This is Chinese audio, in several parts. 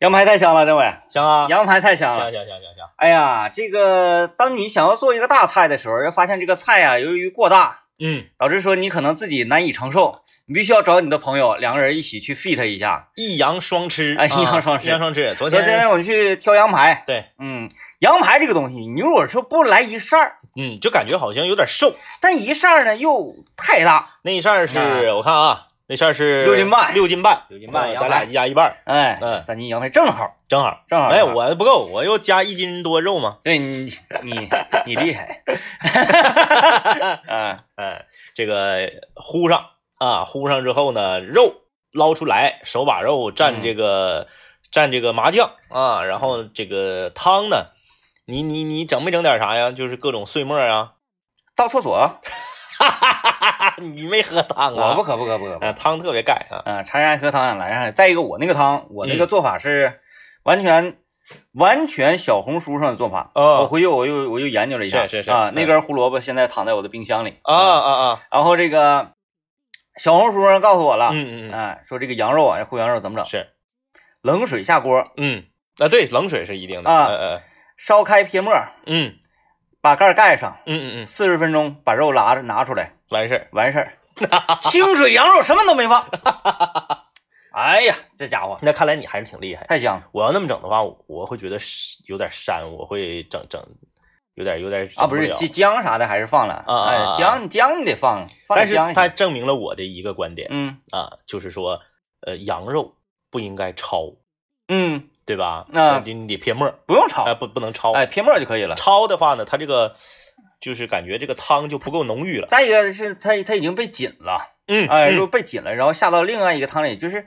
羊排太香了，政委，香啊，羊排太香香了。香香香香，哎呀，这个当你想要做一个大菜的时候，要发现这个菜啊，由于过大，嗯，导致说你可能自己难以承受，你必须要找你的朋友，两个人一起去 fit 一下。一羊双吃，哎啊一羊双吃哎一羊双吃。昨昨天天我们去挑羊排，对，嗯，羊排这个东西，你如果说不来一扇儿，嗯，就感觉好像有点瘦。但一扇儿呢又太大，那一扇儿是嗯我看啊，那扇儿是六斤半六斤半，六斤呃半，咱俩加一半儿，哎，嗯三斤羊排正好，正好。正好。没有，正好我不够，我又加一斤多肉嘛。对你你你厉 害，嗯，哎，这个烀上啊，烀上之后呢，肉捞出来，手把肉蘸嗯这个、蘸这个麻酱啊，然后这个汤呢，你你你整没整点啥呀？就是各种碎末啊， 到厕所，你没喝汤啊？我不，渴不渴不渴不啊，渴，汤特别盖啊。嗯，茶山喝汤来上。再一个，我那个汤，我嗯那个做法是完全完全小红书上的做法。哦我回去我又我又研究了一下，是是是啊，嗯那根胡萝卜现在躺在我的冰箱里啊啊啊！然后这个小红书上告诉我了，嗯嗯嗯，哎，说这个羊肉啊，要烀羊肉怎么整？是，冷水下锅，嗯啊，对，冷水是一定的啊呃呃烧开撇沫，嗯把盖儿盖上，嗯嗯嗯，四十分钟把肉拿着拿出来，完事儿。完事 儿。清水羊肉什么都没放。哎呀，这家伙那看来你还是挺厉害。太香了我要那么整的话，我会觉得是有点膻，我会整整有点有点啊！不是整了姜姜啥的还是放了啊啊啊哎，姜姜你得放，放但点是姜也它行证明了我的一个观点嗯啊，就是说，呃，羊肉不应该焯，嗯，对吧？啊你你得撇沫儿，不用啊、炒，不不能焯。哎，撇沫就可以了。焯的话呢，它这个就是感觉这个汤就不够浓郁了。再一个是它它已经被紧 了，嗯，哎，嗯说被紧了，然后下到另外一个汤里，就是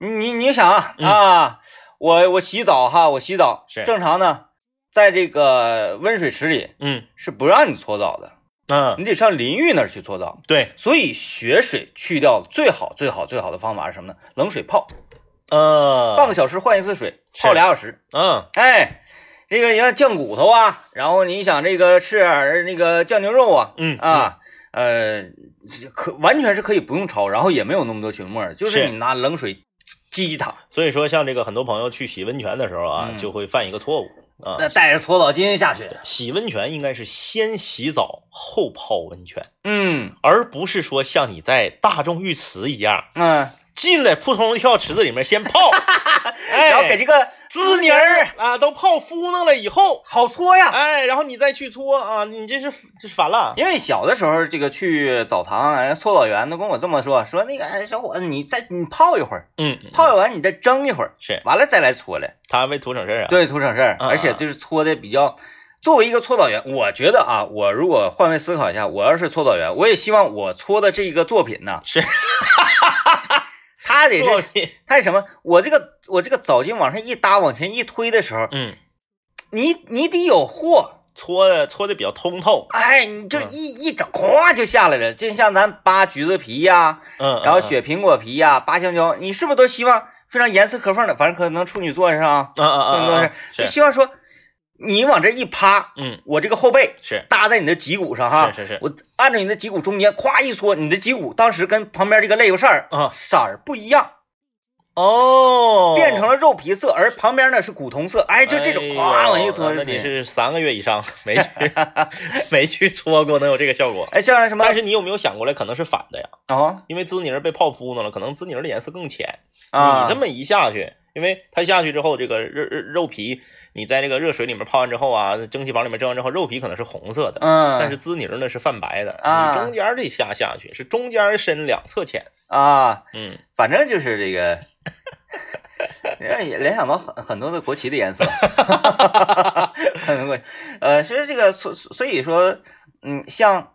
你你你想啊嗯啊，我我洗澡哈，我洗澡是正常呢，在这个温水池里嗯是不让你搓澡的，嗯，你得上淋浴那儿去搓澡。对，所以血水去掉最好最好最好的方法是什么呢？冷水泡，呃，半个小时换一次水，是泡俩小时。嗯哎，这个你要酱骨头啊，然后你想这个吃点儿那个酱牛肉啊，嗯，啊，呃，可完全是可以不用焯，然后也没有那么多血沫儿，就是是你拿冷水激它，所以说像这个很多朋友去洗温泉的时候啊，嗯就会犯一个错误啊，再带着搓澡巾下去。洗温泉应该是先洗澡后泡温泉，嗯而不是说像你在大众浴池一样嗯，进来扑通跳池子里面 先泡，哎，然后给这个滋泥儿啊都泡敷弄了以后，好搓呀。哎，然后你再去搓啊，你这是这是反了。因为小的时候，这个去澡堂，哎，搓澡员都跟我这么说，说那个哎，小伙子，你再你泡一会儿，嗯，泡完你再蒸一会儿，是完了再来搓来。他为图省事儿啊。，对，图省事儿，嗯而且就是搓的比较。作为一个搓澡员，我觉得啊，我如果换位思考一下，我要是搓澡员，我也希望我搓的这个作品呢是，他得作是品，他是什么？我这个我这个澡巾往上一搭，往前一推的时候，嗯，你你得有货， 搓的搓的比较通透，哎，你这嗯一、一整，咵就下来了。就像咱扒橘子皮呀、嗯，嗯然后削苹果皮呀、扒香蕉，你是不是都希望非常严丝合缝的？反正可能处女座上啊，嗯处女座嗯嗯是嗯，就是是，希望说你往这一趴，嗯我这个后背是搭在你的脊骨上哈，是是是我按照你的脊骨中间咵一搓，你的脊骨当时跟旁边这个肋骨扇儿啊色儿不一样，哦，变成了肉皮色，而旁边呢是古铜色，哎，就这种哎呦咵往一搓，那你是三个月以上没去啊 没去搓过，能有这个效果？哎像什么但是你有没有想过来，可能是反的呀？啊因为滋泥儿被泡敷弄了，可能滋泥儿的颜色更浅。啊你这么一下去，因为它下去之后，这个肉肉肉皮，你在这个热水里面泡完之后啊，蒸汽房里面蒸完之后，肉皮可能是红色的，嗯，但是滋泥儿呢是泛白的。啊你中间这下下去是中间深，两侧浅。啊。嗯，反正就是这个，让也联想到很很多的国旗的颜色， 很多国旗呃，所以这个所所以说，嗯，像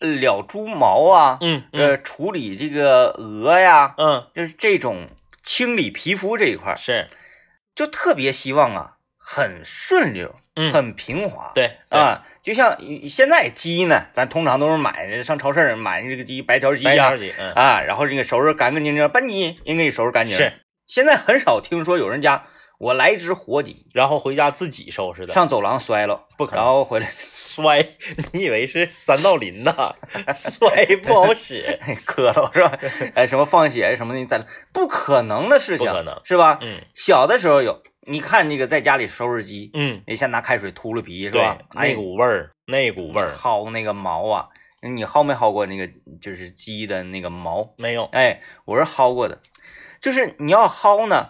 了猪毛啊，嗯嗯呃，处理这个鹅呀，嗯，就是这种清理皮肤这一块儿，是，就特别希望啊，很顺溜，嗯很平滑，对，对，啊，就像现在鸡呢，咱通常都是买上超市买这个鸡白条鸡白呀条。鸡，嗯，啊，然后这个收拾干干净净，把你应该给收拾干净。是，现在很少听说有人家我来一只活鸡，然后回家自己收拾的，上走廊摔了，不可能然后回来 摔， 你以为是三道林呐？摔不好使，磕了是 吧？哎，什么放血什么的，你在不可能的事情，不可能是吧？嗯小的时候有，你看那个在家里收拾鸡，嗯，你先拿开水秃噜皮是对吧？，哎那股味儿，那股味儿薅那个毛啊，你薅没薅过那个就是鸡的那个毛？没有，哎，我是薅过的，就是你要薅呢，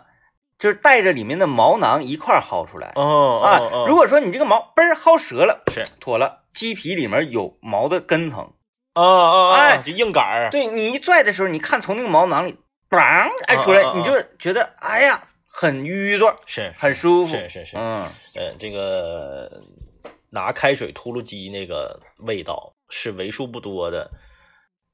就是带着里面的毛囊一块儿薅出来、哦哦啊。哦，如果说你这个毛嘣儿薅折了，是，妥了，鸡皮里面有毛的根层，哦哦哎哦，就硬杆儿，对你一拽的时候，你看从那个毛囊里，哦梆哎出来，啊啊啊你就觉得哎呀很淤作，是很舒服，是是是，嗯，嗯，这个拿开水秃噜鸡那个味道是为数不多的，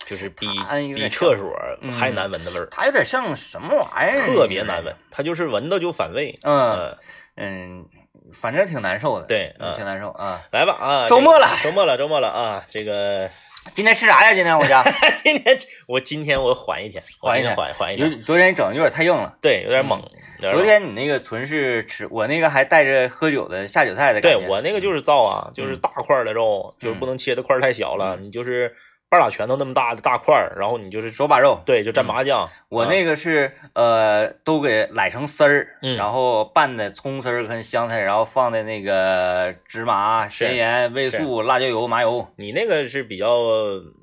就是比它有比点厕像所嗯还难闻的味儿，它有点像什么玩意儿，特别难闻，，它就是闻到就反胃。嗯嗯，嗯，反正挺难受的，对嗯挺难受啊。来吧啊，周这个末了周末了，周末了啊！这个 今天吃啥呀？今天我家今天我今天我缓一天，我缓一今天天缓缓一有天，昨天整的有点太硬了。对，有点猛。哎有点昨猛天你那个纯是吃，我那个还带着喝酒的下酒菜的感对觉。嗯我那个就是造啊，就是大块儿的肉，就是不能切的块儿太小了，你就是半拉拳头那么大的大块儿，然后你就是手把肉，对，就嗯蘸麻酱，我那个是呃都给揽成丝儿，嗯然后拌的葱丝儿跟香菜，然后放的那个芝麻、是咸盐、味素、辣椒油、麻油。你那个是比较，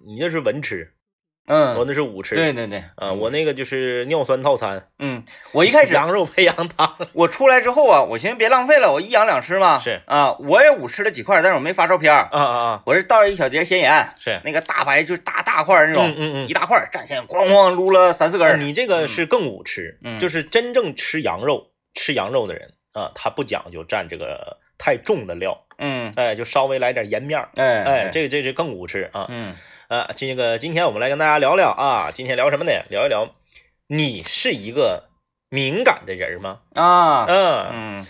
你那是文吃，我嗯，那是武吃。对，对对，啊，我那个就是尿酸套餐，嗯，我一开始羊肉配羊汤。我出来之后啊，我寻思别浪费了，我一羊两吃嘛。是啊，我也五吃了几块，但是我没发照片儿，啊啊啊，我是倒了一小碟咸盐， 是。那个大白就是大大块儿那嗯种，嗯一大块儿蘸咸，咣咣撸了三四根儿。嗯，你这个是更武吃，嗯就是真正吃羊肉、吃羊肉的人啊，他不讲究蘸这个太重的料，嗯，哎，就稍微来点盐面儿，哎哎，这个这是更武吃啊。嗯啊，这个今天我们来跟大家聊聊啊，今天聊什么呢？聊一聊，你是一个敏感的人吗？啊嗯，嗯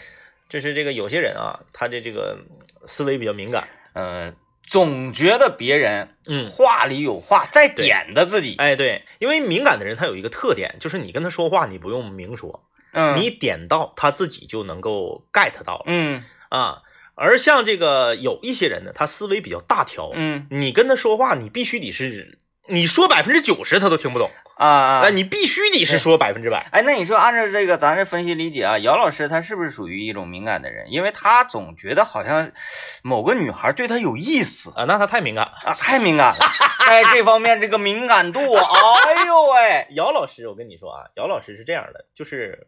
就是这个有些人啊，他的这个嗯思维比较敏感，呃，总觉得别人嗯，话里有话，在点的自己。哎，对，因为敏感的人他有一个特点，就是你跟他说话，你不用明说，嗯，你点到他自己就能够 get 到了嗯啊。而像这个有一些人呢，他思维比较大条，嗯你跟他说话，你必须得是。你说百分之九十他都听不懂，啊啊哎，。你必须得是说百分之百。哎，那你说按照这个咱这分析理解啊，姚老师他是不是属于一种敏感的人？因为他总觉得好像某个女孩对他有意思啊，那他太敏感。啊，太敏感了，在这方面这个敏感度，哎呦喂，姚老师，我跟你说啊，姚老师是这样的，就是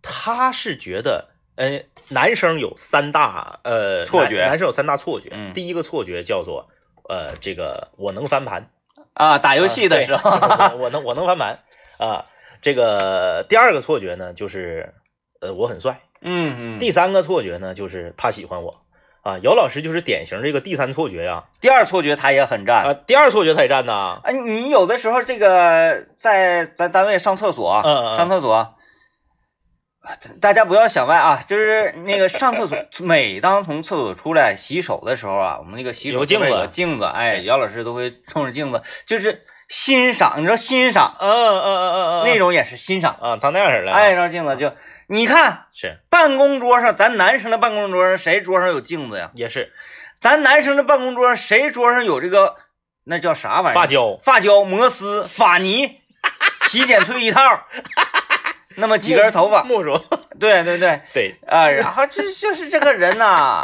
他是觉得，呃，男生有三大呃错男觉男，生有三大错觉。嗯第一个错觉叫做，呃，这个我能翻盘， 啊，打游戏的时候，啊对 我我能我能翻盘啊。这个第二个错觉呢，就是呃我很帅。嗯，嗯第三个错觉呢，就是他喜欢我。啊，姚老师就是典型这个第三错觉呀、第二错觉他也很啊，占。第二错觉他也占呐，哎，你有的时候这个在咱单位上厕所啊，嗯嗯嗯上厕所啊，大家不要想歪啊，就是那个上厕所，每当从厕所出来洗手的时候啊，我们那个洗手有镜子这边有个镜子，哎，姚老师都会冲着镜子，就是欣赏，你知道欣赏嗯嗯嗯嗯嗯，那种也是欣赏，啊，他那样式的啊，哎，照镜子就你看是办公桌上，咱男生的办公桌上谁桌上有镜子呀？也是咱男生的办公桌上谁桌上有这个那叫啥玩意儿？发胶，发胶、摩丝、法 泥、洗剪吹一套，那么几根头发，木薯，对对对， 对，啊，然后这就是这个人呐、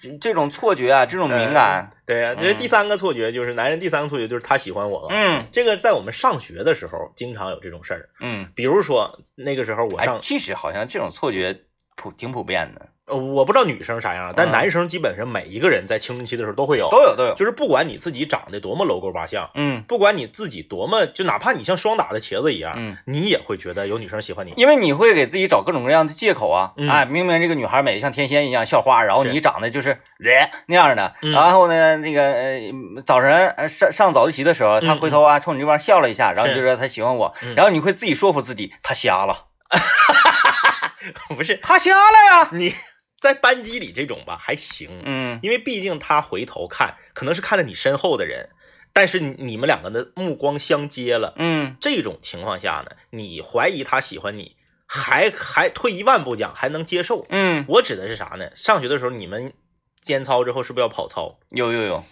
这这种错觉啊，这种敏感，对啊呀、这是第三个错觉，就是男人第三个错觉就是他喜欢我嘛。嗯这个在我们上学的时候经常有这种事儿，嗯，比如说那个时候我哎，上，其实好像这种错觉普挺普遍的，呃我不知道女生啥样，啊但嗯男生基本上每一个人在青春期的时候都会有，都有都有，哦就是不管你自己长得多么楼沟八相，嗯不管你自己多么就哪怕你像双打的茄子一样，嗯。你也会觉得有女生 喜欢你。因为你会给自己找各种各样的借口啊，嗯哎，明明这个女孩美，像天仙一样校花，然后是你长得就是呃那样的，嗯然后呢，那个呃早晨呃上上早自习的时候，她嗯回头啊、冲你这边笑了一下，然后你是就知道她喜欢我，嗯然后你会自己说服自己，她瞎了，不是她瞎了呀，你在班级里这种吧还行，嗯因为毕竟他回头看，可能是看到你身后的人，但是你你们两个的目光相接了，嗯这种情况下呢，你怀疑他喜欢你，还还退一万步讲，还能接受。嗯，我指的是啥呢？上学的时候你们间操之后是不是要跑操？有有有，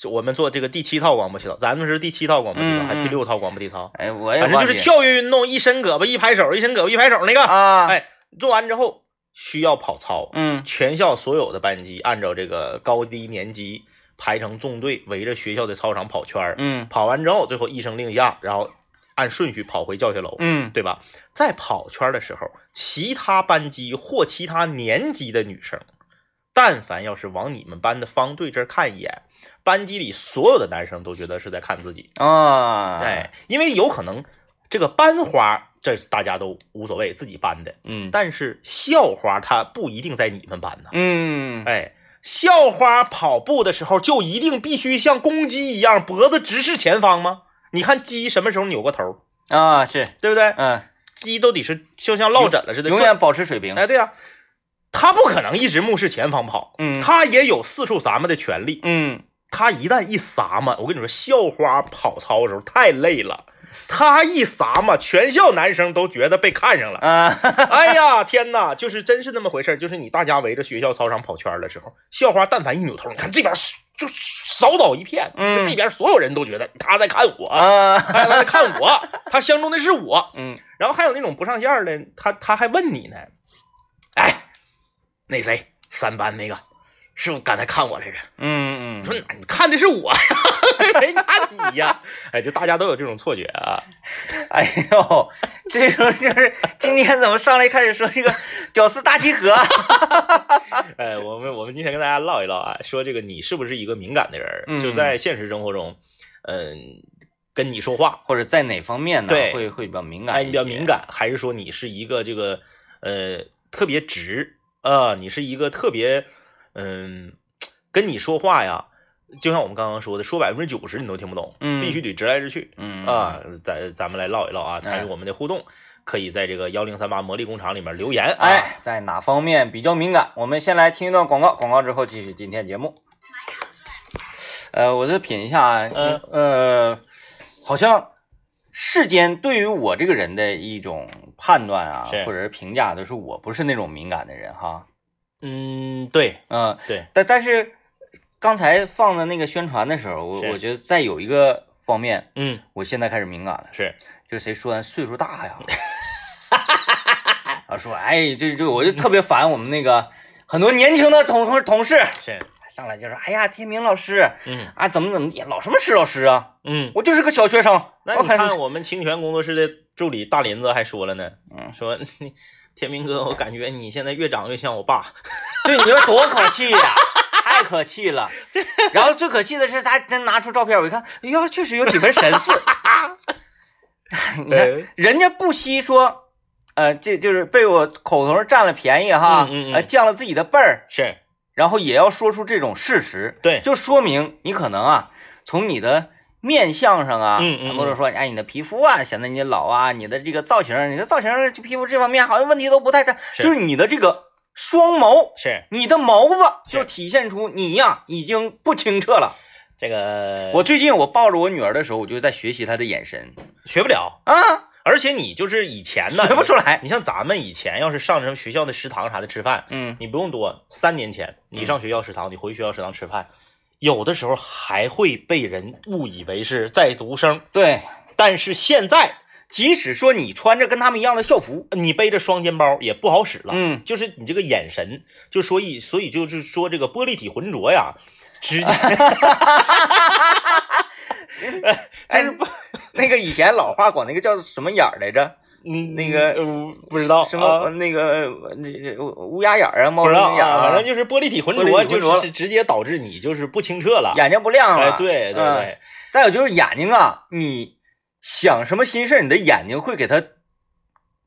就我们做这个第七套广播体操，咱们是第七套广播体操，嗯还嗯第六套广播体操，哎，我也反正就是忘记跳跃运动，一伸胳膊一拍手，一伸胳膊一拍手那个。啊，哎，做完之后需要跑操，嗯全校所有的班级按照这个高低年级排成纵队，围着学校的操场跑圈儿。嗯跑完之后，最后一声令下，然后按顺序跑回教学楼，嗯，对吧？在跑圈的时候，其他班级或其他年级的女生，但凡要是往你们班的方队这儿看一眼，班级里所有的男生都觉得是在看自己，啊，，哎，因为有可能这个班花这大家都无所谓，自己班的，嗯但是校花她不一定在你们班呢，嗯，哎。校花跑步的时候就一定必须像公鸡一样脖子直视前方吗？你看鸡什么时候扭过头，啊是，对不对？嗯，鸡都得是就像落枕了似的，永远保持水平，哎，对啊，他不可能一直目视前方跑，嗯他也有四处撒么的权利。嗯他一旦一撒么，我跟你说，校花跑操的时候太累了，他一撒么，全校男生都觉得被看上了。 啊， 哎呀，天哪，就是真是那么回事儿就是你大家围着学校操场跑圈儿的时候，校花但凡一扭头，你看这边就扫倒一片，嗯就这边所有人都觉得他在看我，啊，他在看我，他相中的是我。嗯然后还有那种不上线儿的，他他还问你呢，哎，那谁三班那个，是不是刚才看我来着？嗯你说嗯，你看的是我呀，没看你呀？ 哎，就大家都有这种错觉啊。 哎呦，这时候就是今天怎么上来开始说这个屌丝大集合？ 哎，我们我们今天跟大家唠一唠啊，说这个你是不是一个敏感的人儿？嗯就在现实生活中，嗯、跟你说话，或者在哪方面呢？对会会比较敏感，哎，你比较敏，感，还是说你是一个这个呃特别直啊、你是一个特别嗯、跟你说话呀，就像我们刚刚说的，说百分之九十你都听不懂，嗯必须得直来直去嗯啊。咱咱们来唠一唠啊，参与哎我们的互动，可以在这个幺零三八魔力工厂里面留言、啊。，哎，在哪方面比较敏感？我们先来听一段广告，广告之后继续今天节目。呃，我再品一下啊，嗯呃，好像世间对于我这个人的一种判断啊是，或者是评价，都是我不是那种敏感的人哈，嗯，对嗯、对，但但是刚才放的那个宣传的时候，我是我觉得在有一个方面，嗯，我现在开始敏感了，是就是谁说咱岁数大呀？ 啊，说哎，这这我就特别烦我们那个很多年轻的同同同事是，上来就说，哎呀，天明老师嗯啊，怎么怎么地，老什么史老师啊，嗯。我就是个小学生。那我你很看，我们清泉工作室的助理大林子还说了呢，嗯说你天明哥，我感觉你现在越长越像我爸。 对，你说多可气呀、太可气了。然后最可气的是，他真拿出照片，我一看，哎呀，确实有几分神 似。你看哎，人家不惜说，呃，这就是被我口头上占了便宜哈，嗯嗯嗯呃，降了自己的辈儿，是然后也要说出这种事实，对就说明你可能啊，从你的面相上啊，嗯嗯嗯或者说哎你的皮肤啊显得你老啊，你的这个造型，你的造型这皮肤这方面好像问题都不太大，是就是你的这个双眸，是，你的眸子是就体现出你呀、已经不清澈了。这个呃我最近我抱着我女儿的时候，我就在学习她的眼神学不了，啊，而且你就是以前呢学不出来。你像咱们以前要是上什么学校的食堂啥的吃饭，嗯你不用多，三年前你上学校食堂，你回学校食堂吃饭，有的时候还会被人误以为是在读生，对，但是现在即使说你穿着跟他们一样的校服，你背着双肩包也不好使了，嗯，就是你这个眼神，就所以所以就是说这个玻璃体浑浊呀，啊直接哎，那个以前老话管那个叫什么眼儿来着？嗯那个呃不知道什么、啊那个呃那个乌鸦眼儿啊，猫不知道眼儿、啊，反正就是玻璃体浑玻璃浊，体浑浊就是直接导致你就是不清澈了。眼睛不亮了。哎，对对嗯对，再有就是眼睛啊，你想什么心事儿，你的眼睛会给它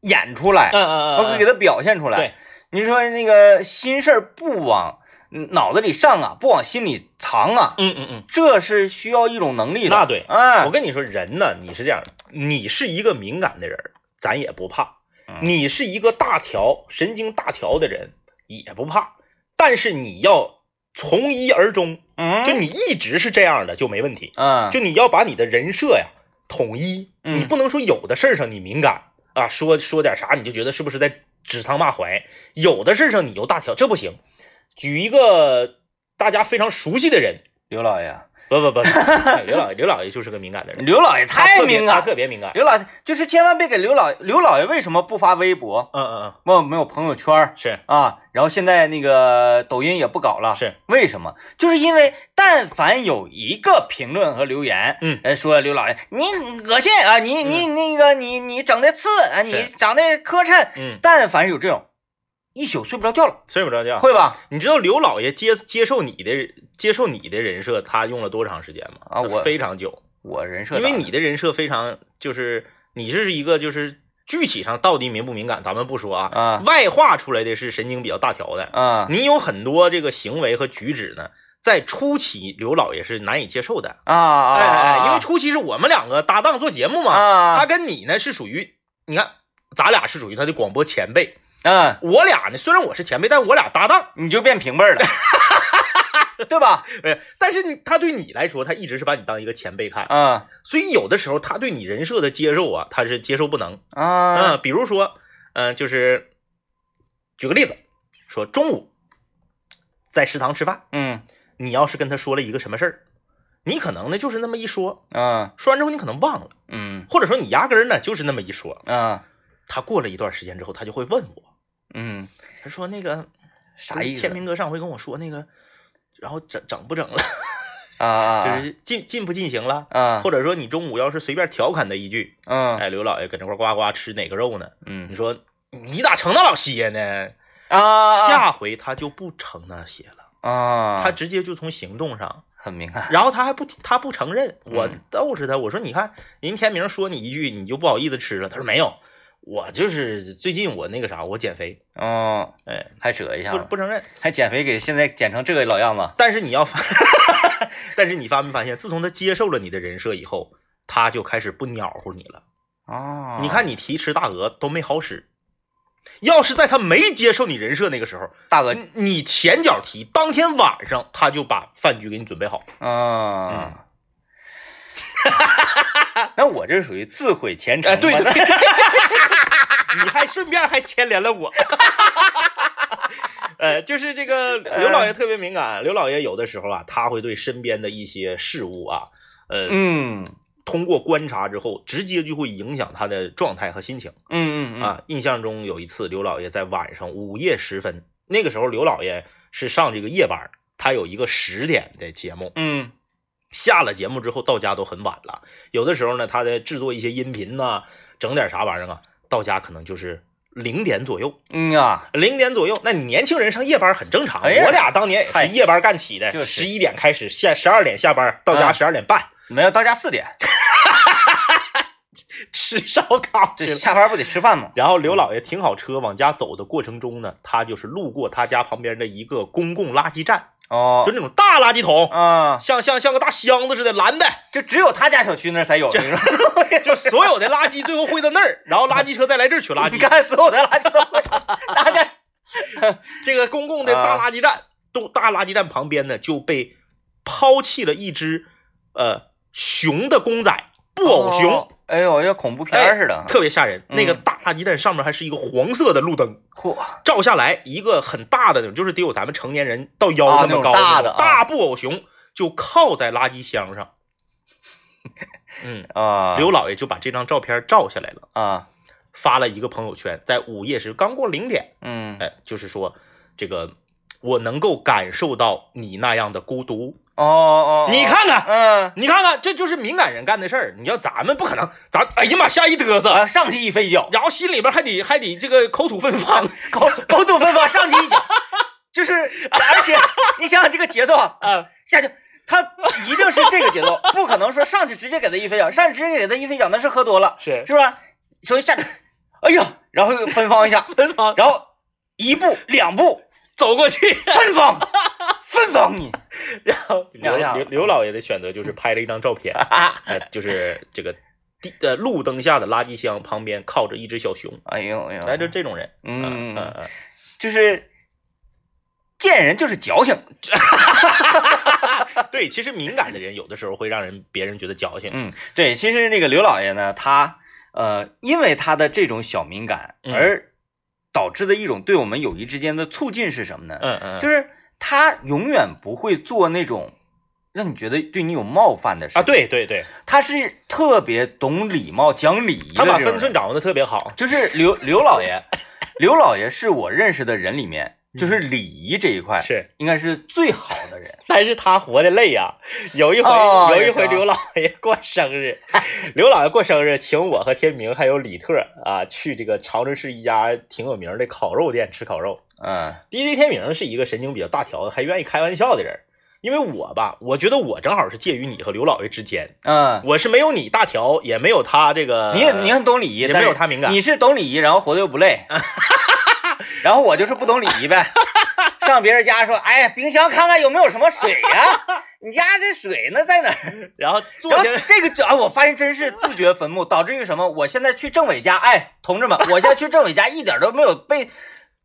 演出来，嗯嗯会嗯给嗯，它表现出来。对，你说那个心事儿不往嗯脑子里上啊，不往心里藏啊，嗯嗯嗯。这是需要一种能力的。那对啊我，跟你说，人呢，你是这样的，你是一个敏感的人，咱也不怕；嗯你是一个大条、神经大条的人，也不怕。但是你要从一而终，嗯，就你一直是这样的，就没问题。嗯，就你要把你的人设呀统一，嗯你不能说有的事儿上你敏感，啊，说说点啥，你就觉得是不是在指桑骂槐？有的事上你又大条，这不行。举一个大家非常熟悉的人，刘老爷，不不不，哎刘老 爷，刘老爷就是个敏感的人，刘老爷他太特别敏他感，特别敏感。刘老就是千万别给刘老刘老爷为什么不发微博？嗯嗯嗯，没有没有朋友圈儿是啊，然后现在那个抖音也不搞了，是，为什么？就是因为但凡有一个评论和留言，嗯呃，说刘老爷你恶心啊，你你那个你你整的次啊，你是长得磕碜，嗯，但凡有这种，一宿睡不着觉了，睡不着觉。会吧？你知道刘老爷接接受你的接受你的人设，他用了多长时间吗？啊我非常久，我人设因党，为你的人设非常就是你是一个就是具体上到底敏不敏感，咱们不说啊，啊外化出来的是神经比较大条的，啊你有很多这个行为和举止呢，在初期刘老爷是难以接受的，啊啊，哎哎啊哎，因为初期是我们两个搭档做节目嘛，啊他跟你呢是属于你看。咱俩是属于他的广播前辈，嗯，我俩呢虽然我是前辈，但我俩搭档，你就变平辈 儿了，对吧？哎，但是你他对你来说，他一直是把你当一个前辈看，啊所以有的时候他对你人设的接受啊，他是接受不能。啊嗯，比如说，嗯、就是举个例子，说中午在食堂吃饭，嗯你要是跟他说了一个什么事儿，你可能呢就是那么一说，啊说完之后你可能忘了，嗯或者说你压根儿呢就是那么一说。啊他过了一段时间之后，他就会问我，嗯，他说那个啥意思啊天明哥上回跟我说那个，然后整整不整了，啊啊就是进进不进行了。啊或者说你中午要是随便调侃他一句，嗯哎，刘老爷搁那块呱呱吃哪个肉呢？你嗯说你咋成那老些呢？啊下回他就不成那些了，啊，他直接就从行动上，很敏感，然后他还不他不承认，我嗯逗着他，我说你看人天明说你一句，你就不好意思吃了，他说没有，我就是最近我那个啥，我减肥，嗯，哎，还折一下不子，不承认。还减肥给现在减成这个老样子，但是你要发， 但是你发没发现，自从他接受了你的人设以后，他就开始不鸟乎你了。哦，你看你提吃大鹅都没好使，要是在他没接受你人设那个时候，大哥，你你前脚提，当天晚上他就把饭局给你准备好。嗯啊。 那我这属于自毁前程哎，吧，对对，你还顺便还牵连了我。 呃，就是这个刘老爷特别敏感，刘老爷有的时候啊，他会对身边的一些事物啊，呃， 嗯通过观察之后，直接就会影响他的状态和心情。嗯嗯嗯，啊，印象中有一次刘老爷在晚上午夜时分，那个时候刘老爷是上这个夜班儿，他有一个十点的节目，嗯下了节目之后到家都很晚了，有的时候呢，他在制作一些音频呐、整点啥玩意儿啊，到家可能就是。零点左右，嗯啊，零点左右，那你年轻人上夜班很正常。哎呀我俩当年也嗨是夜班干起的，就是十一点开始，下十二点下班，到家啊十二点半、没有到家四点，吃烧烤去这了。下班不得吃饭吗？然后刘老爷停好车往家走的过程中呢，他就是路过他家旁边的一个公共垃圾站，哦就，那种大垃圾桶，啊，像像像个大箱子似的蓝的，这只有他家小区那儿才有，你说就所有的垃圾最后汇到那儿，然后垃圾车再来这儿 取垃你圾。看所有的垃圾都会，哦大家这个公共的大啊垃圾站，都大垃圾站旁边呢就被抛弃了一只呃熊的公仔，布偶熊，哦，哎呦，要恐怖片儿似的，哎特别吓人。嗯那个大垃圾站上面还是一个黄色的路灯。嚯，照下来一个很大的那种，就是得有咱们成年人到啊腰那么高、那种大的啊那种大布偶熊，就靠在垃圾箱 上。嗯，啊，刘老爷就把这张照片照下来了，啊，发了一个朋友圈，在午夜时刚过零点，嗯，哎，就是说这个我能够感受到你那样的孤独。哦哦，哦你，看看，嗯，你看看，这就是敏感人干的事儿。你要咱们不可能，咱哎呀妈吓一嘚瑟，啊，上去一飞 脚，然后心里边还得还得这个口吐芬 芳。狗狗肚芬芳，上去一 脚，就是，而且你想想这个节奏啊，啊，下去。他一定是这个节奏，不可能说上去直接给他一飞脚，上去直接给他一飞脚那是喝多了，是是吧？首先下去，哎呀，然后芬芳一下，芬芳，然后一步两步走过去。芬芳，芬芳你然后刘两样刘刘老爷的选择就是拍了一张照 片，哎，就是这个地呃路灯下的垃圾箱旁边靠着一只小熊，哎呦哎呦，哎，就这种人，嗯嗯嗯，就是见人就是矫情，嗯 对，其实敏感的人有的时候会让人别人觉得矫情，嗯，对，其实那个刘老爷呢，他呃，因为他的这种小敏感嗯而导致的一种对我们友谊之间的促进是什么呢？嗯嗯，就是是他永远不会做那种让你觉得对你有冒犯的事情啊，，对对对，他是特别懂礼貌、讲礼仪的他把这种分人寸掌握的特别好。就是刘刘老爷，刘老爷是我认识的人里面，就是礼仪这一块嗯是，应该是最好的人。但是他活得累呀、有一回，哦有一也回是啊刘老爷过生日， 刘老爷过生日，请我和天明还有李特啊去这个长春市一家挺有名的烤肉店吃烤肉。嗯 DJ 天明是一个神经比较大条的，还愿意开玩笑的人。因为我吧，我觉得我正好是介于你和刘老爷之间，嗯，我是没有你大条，也没有他这个，你也你很懂礼仪，呃也但没有是他敏感你是懂礼仪，然后活得又不 累。然后我就是不懂礼仪呗，上别人家说，哎呀，冰箱看看有没有什么水 呀、你家这水呢在哪儿？然后坐然后下这个就啊，我发现真是自掘坟墓，导致于什么？我现在去政委家，哎，同志们，我现在去政委家一点都没有被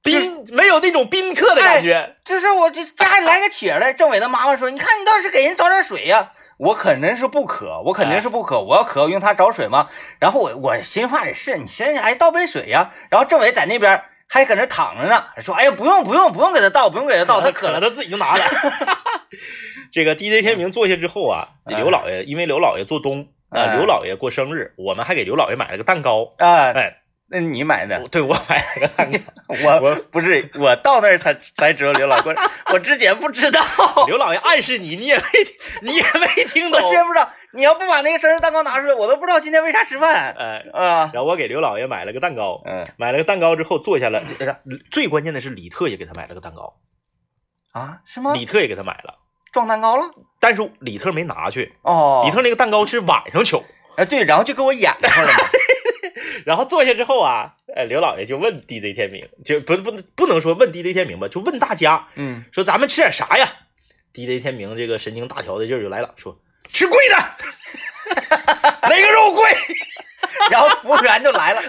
宾没有那种宾客的哎感觉，就是我这家里来个乞儿了，政委的妈妈说：“你看你倒是给人找点水呀、我肯定是不渴，我肯定是不渴，我要渴我用它找水吗？然后我我心话也是，你先哎倒杯水呀、然后政委在那边还搁那躺着呢，说：“哎呀，不用不用不用给他倒，不用给他倒，他渴渴了。了他自己就 拿了。这个 DJ 天明坐下之后啊，嗯哎刘老爷因为刘老爷做东啊、哎刘老爷过生日，我们还给刘老爷买了个蛋糕”。啊，哎，那你买的我？对我买了个 蛋糕，我我不是我到那儿才才知道刘老官，我之前不 知道，刘老爷暗示你，你也没你也没听哦我懂之。前不知道。你要不把那个生日蛋糕拿出来，我都不知道今天为啥吃饭哎，啊。然后我给刘老爷买了个蛋糕，嗯买了个蛋糕之后坐下了，最关键的是李特也给他买了个蛋糕，啊，是吗？李特也给他买了，撞蛋糕了？但是李特没拿去，哦，李特那个蛋糕是晚上取。哎，对，然后就给我演上了嘛。然后坐下之后啊，呃，刘老爷就问 DJ 天明，就不不不能说问 DJ 天明吧，就问大家嗯，说咱们吃点啥呀？DJ 天明这个神经大条的劲儿就来了，说吃贵的，哪个肉贵？ 然后服务员就来了，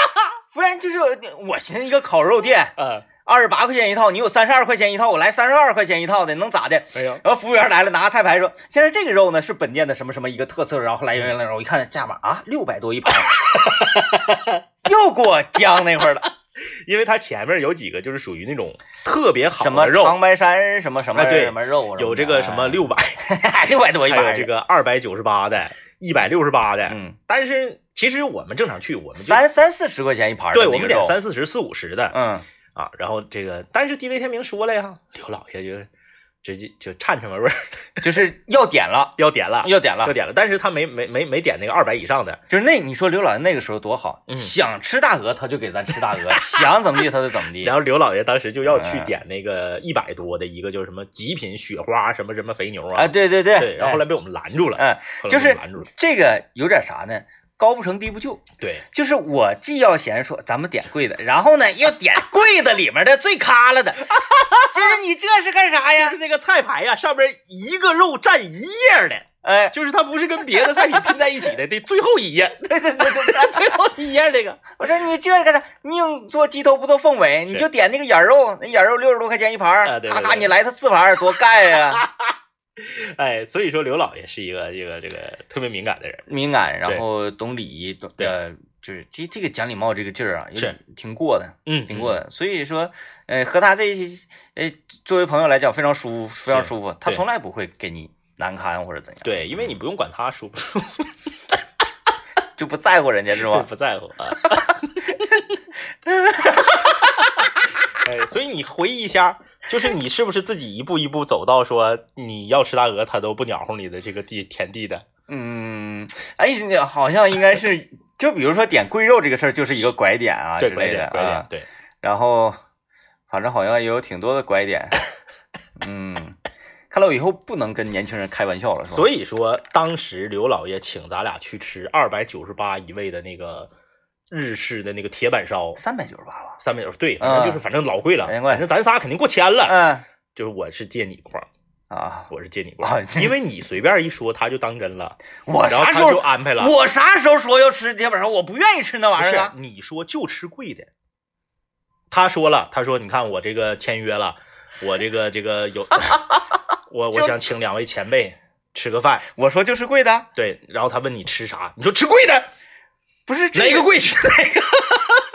服务员就是我寻思一个烤肉店，啊，二十八块钱一套，你有三十二块钱一套，我来三十二块钱一套的，能咋的？没有，然后服务员来了，拿个菜牌说：“先生，这个肉呢是本店的什么什么一个特色。”然后来原来我一看价码啊，六百多一盘， 又给我僵那 块儿了。因为他前面有几个就是属于那种特别好什么的肉长，白山什么什么哎对什么肉，有这个什么六百， 哎六百多一还有盘，这个二百九十八的，一百六十八的。嗯，但是其实我们正常去，我们就三三四十块钱一盘儿的对那个肉，我们点三四十、四五十的，嗯啊，然后这个，但是 DJ 天明说了呀，刘老爷就直接就颤颤巍巍就是要点了， 要点了，要点了要。点了，但是他没没没没点那个二百以上的，就是那你说刘老爷那个时候多好，嗯想吃大鹅他就给咱吃大鹅，想怎么地他就怎么地。然后刘老爷当时就要去嗯点那个一百多的一个，就是什么极品雪花什么什么肥牛啊，啊，对对对对，然后后来被我们拦住了，哎嗯，后来被就我是们拦住了，这个有点啥呢？高不成低不就，对，就是我既要嫌说咱们点贵的，然后呢又点贵的里面的最咖了的，就是你这是干啥就呀？是那个菜牌呀、上边一个肉占一页的。哎，就是它不是跟别的菜品拼在一起的，得最后一页，对对对对对，最后哦一页这个，我说你这是干啥？宁做鸡头不做凤尾，你是就点那个眼肉，那眼肉六十多块钱一盘啊儿，对咔对咔对你来它四盘儿，多盖呀，哎，所以说刘老爷是一个这个这个特别敏感的人，敏感，对然后懂礼仪，懂对呃，就是这这个讲礼貌这个劲儿啊，有是点挺过的。嗯挺过的。所以说，呃，和他在一起，呃，作为朋友来讲非常舒服，非常对舒服。他对从来不会给你难堪或者怎样，对，因为你不用管他舒不舒服，就不在乎人家是对吧？不在乎 啊。哎，所以你回忆一下，就是你是不是自己一步一步走到说你要吃大鹅，他都不鸟乎你的这个地田地的？嗯，哎，你好像应该是，就比如说点贵肉这个事儿，就是一个拐点啊之对，拐类的点，拐点啊，。对，然后，反正好像也有挺多的拐点。 嗯，看来我以后不能跟年轻人开玩笑了，是吧？所以说当时刘老爷请咱俩去吃二百九十八一位的那个日式的那个铁板烧，三百九十八吧。三百九十，对，反正就是嗯反正老贵了，哎贵反正咱仨肯定过千了。嗯就是我是借你光，啊，我是借你啊光，因为你随便一说他就当真了，我然后啥时他就候安排了。我啥时候说要吃铁板烧？我不愿意吃那不玩意是儿啊。你说就吃贵的，他说了，他说你看我这个签约了，我这个这个有， 我我想请两位前辈吃个饭，我说就是贵的。对，然后他问你吃啥，你说吃贵的，不是这哪个贵吃哪个。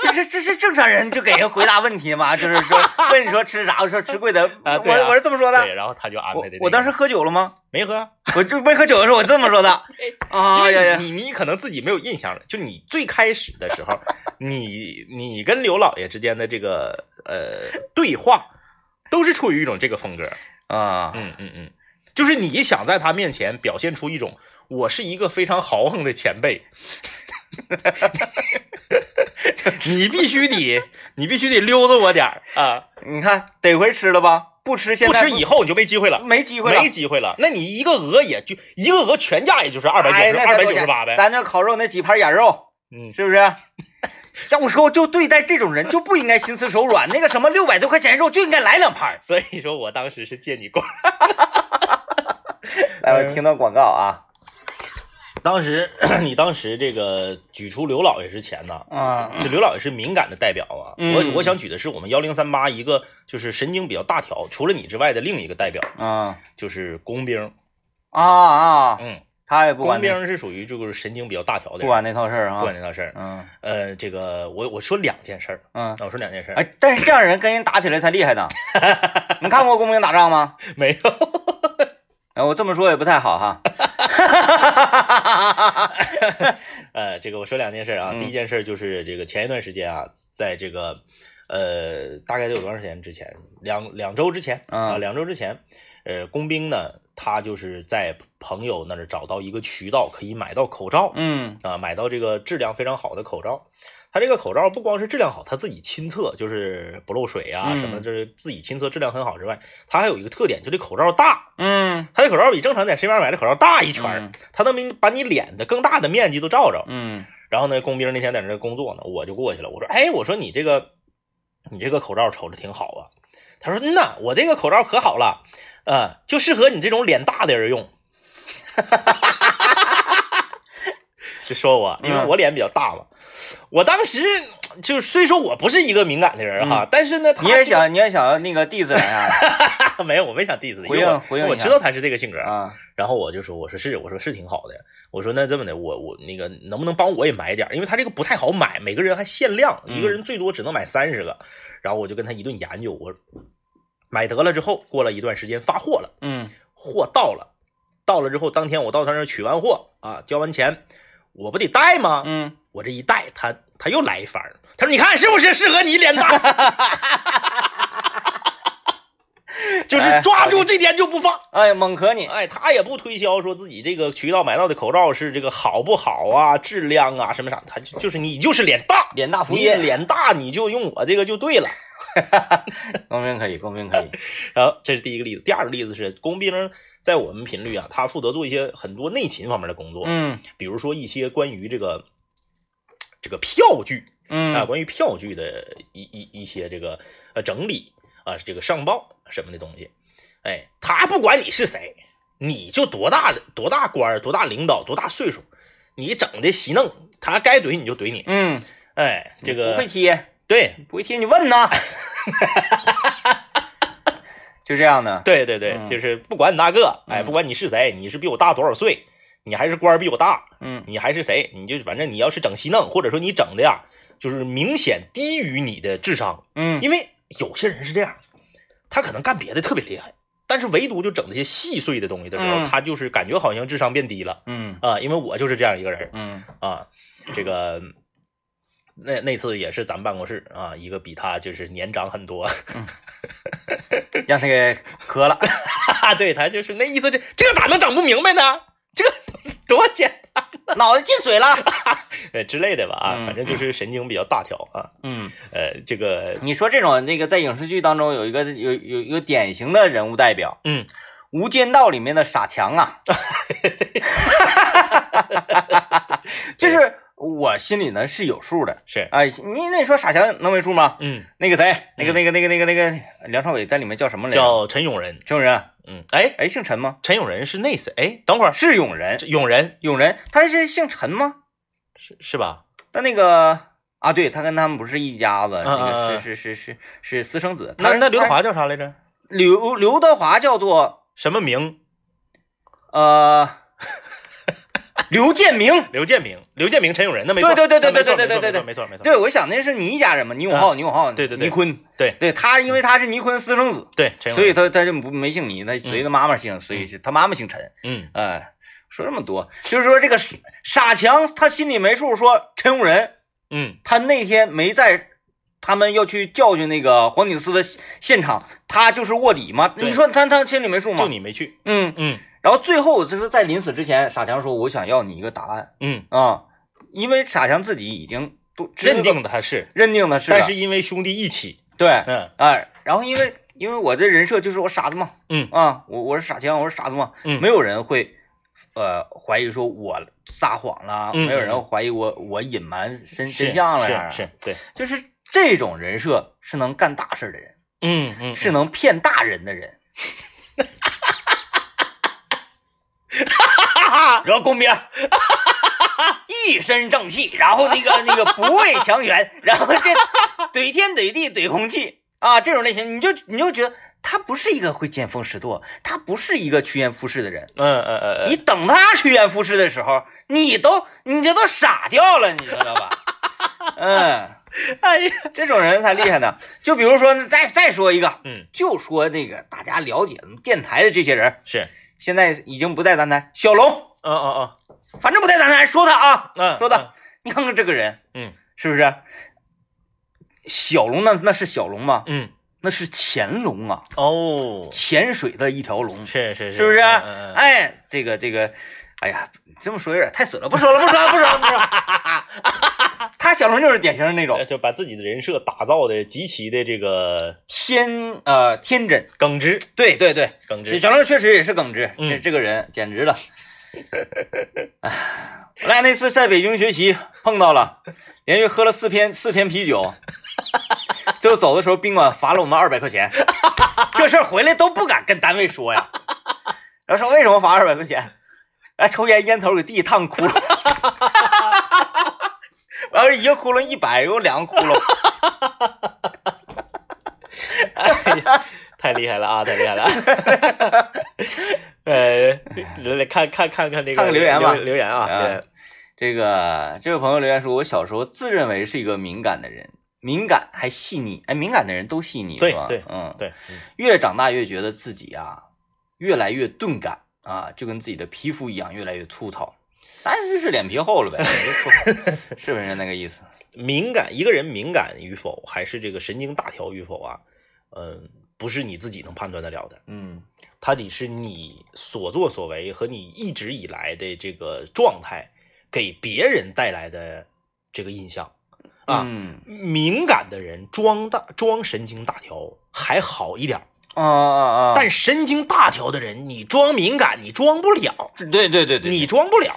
这这这是正常人就给人回答问题 吗？就是说问你说吃啥，我说吃贵的，啊对啊我我是这么说的对，。然后他就安我排的。我当时喝酒了吗？没喝，我就没喝酒的时候我这么说的。啊因呀为呀！你你可能自己没有印象了，就你最开始的时候，你你跟刘老爷之间的这个呃对话，都是处于一种这个风格。啊，嗯嗯嗯，就是你想在他面前表现出一种我是一个非常豪横的前辈， 你必须得你必须得溜达我点儿啊，你看得亏吃了吧？不吃现不在吃以后你就没机会了。没机会了。没机会了，那你一个鹅也就一个鹅全价也就是二百九哎十那二咱百多九十钱八呗。咱那烤肉那几盘眼肉，嗯，是不是？要我说，就对待这种人就不应该心慈手软。那个什么六百多块钱肉就应该来两盘。所以说我当时是借你光。来，我听到广告啊。当时 你当时这个举出刘老爷之前呢，啊，这刘老爷是敏感的代表啊。嗯我我想举的是我们幺零三八一个就是神经比较大条，除了你之外的另一个代表啊就是工兵。啊啊！嗯，他也不工管那兵是属于就是神经比较大条的不人，管那套事儿不啊管。那套事儿。嗯呃，这个我我说两件事儿，啊嗯，那我说两件事儿。哎，但是这样人跟人打起来才厉害 呢。你看过工兵打仗吗？没有，哎，我这么说也不太好哈。 呃，这个我说两件事啊。嗯第一件事就是这个前一段时间啊，在这个呃，大概得有多长时间之前？两两周之前嗯啊，两周之前，呃，工兵呢，他就是在朋友那儿找到一个渠道可以买到口罩嗯啊，买到这个质量非常好的口罩。他这个口罩不光是质量好，他自己亲测就是不漏水啊，嗯什么就是自己亲测质量很好之外，他还有一个特点，就这口罩大，嗯他这口罩比正常在身边买的口罩大一圈儿嗯，他能比把你脸的更大的面积都罩着。嗯然后呢，工兵那天在那儿工作呢，我就过去了，我说，哎，我说你这个你这个口罩瞅着挺好啊。他说，嗯呐，我这个口罩可好了，呃，就适合你这种脸大的人用。 就说我，因嗯为我脸比较大嘛，我当时就虽说我不是一个敏感的人哈，但是呢，他嗯你也这个想你也想要那个 diss 人 啊没有，我没想 diss 你，回因为我应回应一我下知道他是这个性格，啊？然后我就说，我说是，我说是挺好的。我说那这么的，我我那个能不能帮我也买点儿？因为他这个不太好买，每个人还限量，嗯一个人最多只能买三十个。然后我就跟他一顿研究，我买得了之后，过了一段时间发货了，嗯货到了，到了之后，当天我到他那儿取完货啊，交完钱，我不得带吗？嗯，我这一带，他他又来一番儿，他说你看是不是适合你脸大？ 就是抓住这点就不放。哎呀，猛磕你。哎，他也不推销说自己这个渠道买到的口罩是这个好不好啊，质量啊什么啥，他就就是你就是脸大，脸大福你音，脸大你就用我这个就对了。公兵可以，公兵可以。然后这是第一个例子，第二个例子是工兵在我们频率啊，他负责做一些很多内勤方面的工作，嗯比如说一些关于这个这个票据嗯啊，关于票据的一一一些这个呃整理啊，这个上报什么的东西。哎，他不管你是谁，你就多大的多大官儿、多大领导、多大岁数，你整的戏弄，他该怼你就怼你。嗯，哎，这不会个贴，对不会贴你问 呐。就这样的，对对对，嗯就是不管你那个，哎，嗯不管你是谁，你是比我大多少岁，你还是官儿比我大，嗯你还是谁，你就反正你要是整戏弄，或者说你整的呀，就是明显低于你的智商，嗯因为有些人是这样，他可能干别的特别厉害，但是唯独就整这些细碎的东西的时候，嗯他就是感觉好像智商变低了嗯啊、因为我就是这样一个人 嗯啊，这个。那那次也是咱们办公室啊，一个比他就是年长很多，让他给磕了。对他就是那意思这，这咋能整不明白呢？这多简 脑袋进水了。呃之类的吧啊，嗯反正就是神经比较大条啊，嗯，呃，这个你说这种那个在影视剧当中有一个有有一个典型的人物代表，嗯， 《无间道》里面的傻强 啊，就是我心里呢是有数的。是哎，你那你说傻强能没数吗？嗯那个谁，那个嗯那个那个那个那个梁朝伟在里面叫什么来着？叫陈永仁，陈永仁，嗯，哎，哎，姓陈吗？陈永仁是那谁？哎，等会儿是永仁，这永仁永仁，他是姓陈吗？是是吧？那那个啊，对他跟他们不是一家子，那嗯嗯个嗯是是是是是私生子。那他那刘德，他华叫啥来着？刘刘德华叫做 什么名？呃，刘建 明。刘建明，刘建明、陈永仁，那没错，对对对那对没错对对没错对对没错没错没错，对，我想那是倪家人嘛，倪永浩，倪永浩，啊对对对倪坤，对嗯对他，因为他是倪坤私生子，对陈永所以仁，他他就不没姓倪，他所以他妈妈姓，所以他妈妈姓陈。嗯，哎，说这么多，就是说这个傻傻强他心里没数，说陈永仁嗯，他那天没在，他们要去教训那个黄锦思的现场，他就是卧底嘛？对你说他他心里没数吗就？你没去，嗯，嗯然后最后就是在临死之前，傻强说：“我想要你一个答案嗯，啊、因为傻强自己已经都知道认定他是，认定的是的，啊但是因为兄弟义气，对，嗯哎，然后因为因为我的人设就是我傻子嘛，嗯啊，我我是傻强，我是傻子嘛，嗯没有人会呃怀疑说我撒谎了，嗯没有人嗯怀疑我我隐瞒真是真相了呀，是是，对，就是这种人设是能干大事的人，嗯嗯，是能骗大人的 人。然后公兵一身正气，然后那个那个不畏强权，然后这怼天怼地怼空气啊，这种类型，你就你就觉得他不是一个会见风使舵，他不是一个趋炎附势的人。嗯嗯嗯嗯，你等他趋炎附势的时候，你都你这都傻掉了，你知道吧？ 嗯。哎呀，这种人才厉害呢。就比如说，再再说一个，嗯，就说那个大家了解电台的这些人，是，现在已经不在咱台。小龙，嗯嗯反正不在咱台，说他啊，嗯，说他， 你看看这个人嗯，是不是？小龙那那是小龙吗？嗯嗯，那是潜龙啊，哦，潜水的一条龙，是是是，是不是？嗯嗯嗯哎，这个这个，哎呀，这么说有点太损了，不说了，不说了，不说了，不说了。 他小龙就是典型的那呃种就把自己的人设打造的极其的这个天呃天真，耿直，对对对，耿这直，小龙确实也是耿直，这嗯这个人简直了。哎，我俩那次在北京学习碰到了，连续喝了四天四天啤酒，最后走的时候宾馆罚了我们二百块钱，这事儿回来都不敢跟单位说呀。然后说为什么罚二百块钱？哎，抽烟烟头给地烫窟窿， 完了一个窟窿一百，有两个窟窿。哎呀，太厉害了啊，太厉害了。啊呃，来来看看看看这个看看留言吧留言啊，啊留言这个这位朋友留言说，我小时候自认为是一个敏感的人，敏感还细腻，哎，敏感的人都细腻，对是吧？对嗯，对，越长大越觉得自己啊，越来越钝感啊，就跟自己的皮肤一样，越来越粗糙，当然就是脸皮厚了呗，是不是那个意 思？敏感，一个人敏感与否，还是这个神经大条与否啊，嗯，不是你自己能判断得了的，嗯它得是你所作所为和你一直以来的这个状态给别人带来的这个印象啊。嗯敏感的人装大装神经大条还好一点儿，啊啊啊！但神经大条的人，你装敏感你装不了，对对对对，你装不了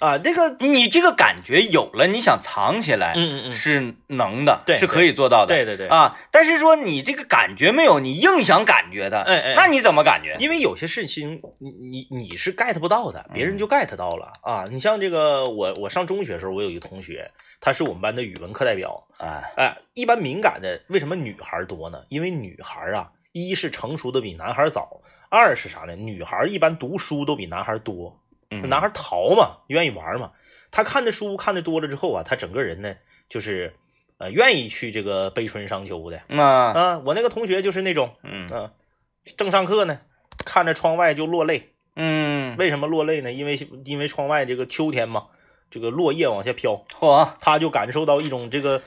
啊。这个，你这个感觉有了，你想藏起来，嗯嗯嗯，是能的，对是可以做到的，对对对，啊，但是说你这个感觉没有，你硬想感觉的，哎哎哎那你怎么感觉？因为有些事情你你你是 get 不到的，别人嗯就 get 到了啊。你像这个，我我上中学的时候，我有一个同学，他是我们班的语文课代表，啊，哎，一般敏感的为什么女孩多呢？因为女孩啊，一是成熟的比男孩早，二是啥呢？女孩一般读书都比男孩多，嗯男孩淘嘛，愿意玩嘛。他看的书看的多了之后啊，他整个人呢，就是呃，愿意去这个悲春伤秋的那啊。我那个同学就是那种，嗯嗯、正上课呢，看着窗外就落泪。嗯，为什么落泪呢？因为因为窗外这个秋天嘛，这个落叶往下飘，嚯，他就感受到一种这个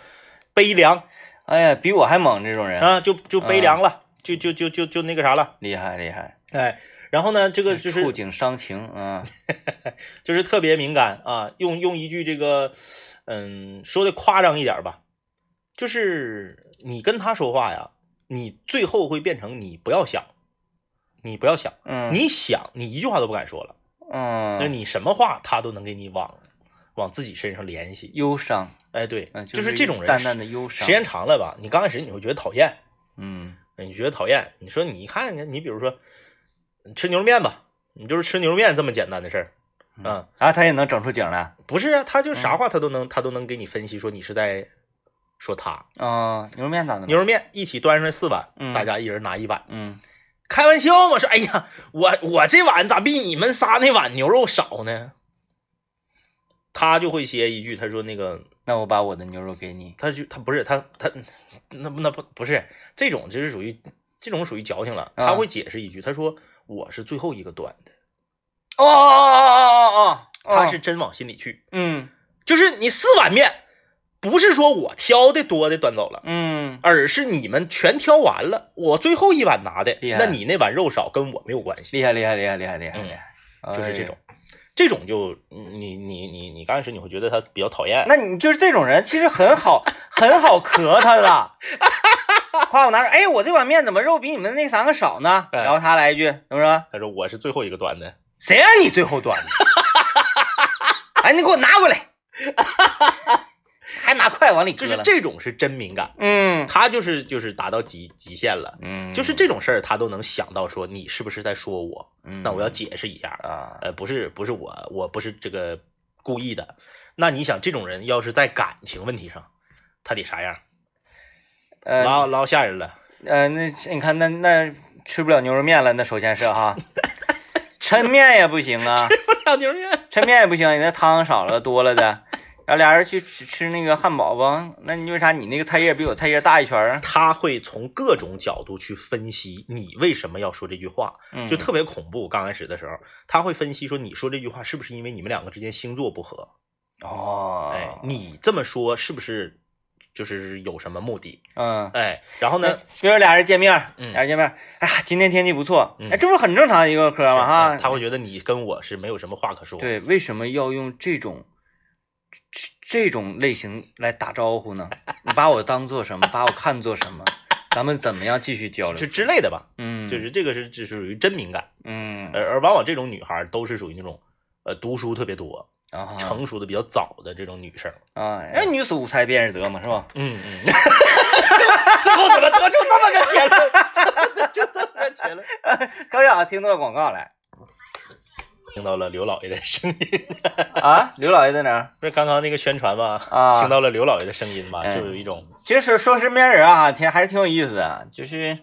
悲凉哎呀，比我还猛这种人，啊，就就悲嗯凉了，就就就就就那个啥了，厉害厉害，哎。然后呢，这个就是嗯触景伤情啊，就是特别敏感啊。用用一句这个，嗯，说的夸张一点吧，就是你跟他说话呀，你最后会变成你不要想，你不要想，嗯，你想你一句话都不敢说了，那嗯，你什么话他都能给你往往自己身上联系。忧伤，哎，对嗯，，就是是这种人，淡淡的忧伤，时间长了吧，你刚开始你会觉得讨厌，嗯你觉得讨厌，你说你看看，你比如说吃牛肉面吧，你就是吃牛肉面这么简单的事儿，嗯嗯，啊，他也能整出景来不是啊，他就啥话他都能，他都能给你分析说你是在说他啊，牛肉面咋的？牛，肉面一起端上来四碗，嗯大家一人拿一碗。嗯开玩笑，我说，哎呀，我我这碗咋比你们仨那碗牛肉少呢？他就会接一句，他说那个那我把我的牛肉给你。他就他不是他他那不那不不是这种，就是属于这种属于矫情了。啊他会解释一句，他说我是最后一个端的，哦哦哦哦哦哦，他是真往心里去。嗯就是你四碗面，不是说我挑的多的端走了，嗯而是你们全挑完了，我最后一碗拿的，厉害那你那碗肉少跟我没有关系，厉害厉害厉害厉害厉害厉害，嗯就是这种哎。。这种就你你你你刚开始你会觉得他比较讨厌，那你就是这种人，其实很好 很好磕他的。夸我拿着，哎，我这碗面怎么肉比你们那三个少呢？哎然后他来一句，怎么说？他说我是最后一个端的，谁让你最后端的？ 哎，你给我拿过来，还拿筷往里搁就了是，这种是真敏感，嗯他就是就是达到极极限了，嗯，就是这种事儿他都能想到说你是不是在说我，嗯，那我要解释一下，啊，呃，不是不是我，我不是这个故意的。那你想，这种人要是在感情问题上，他得啥样？呃老老吓人了。呃，那你看，那那吃不了牛肉面了，那首先是 哈，抻面也不行啊，老牛面，抻面也不行，你那汤少了多了的。然后俩人去吃吃那个汉堡吧，那你为啥你那个菜叶比我菜叶大一圈儿啊？他会从各种角度去分析你为什么要说这句话，嗯，就特别恐怖。刚开始的时候，他会分析说你说这句话是不是因为你们两个之间星座不合？哦，哎，你这么说是不是就是有什么目的？嗯，哎，然后那呢，比如说俩人见面儿，嗯俩人见面儿，哎呀，今天天气不错，嗯哎，这不是很正常的一个嗑吗？哈，是哎啊他会觉得你跟我是没有什么话可说。对，为什么要用这种这这种类型来打招呼呢？你把我当做什么？把我看作什么？咱们怎么样继续交就流？之类的吧，嗯，就是这个是这属于真敏感，嗯，而而往往这种女孩儿都是属于那种，呃，读书特别多、啊呃成熟的比较早的这种女生。啊，哎，女子无才便是德嘛，是吧？嗯嗯。 最后怎么得出这么个结论？ 就这么个结论。刚想听到广告来听到了刘老爷的声音，啊，刘老爷在哪儿？不是刚刚那个宣传吗？啊听到了刘老爷的声音吗？哎就有一种其实说身边人啊，挺还是挺有意思的，就是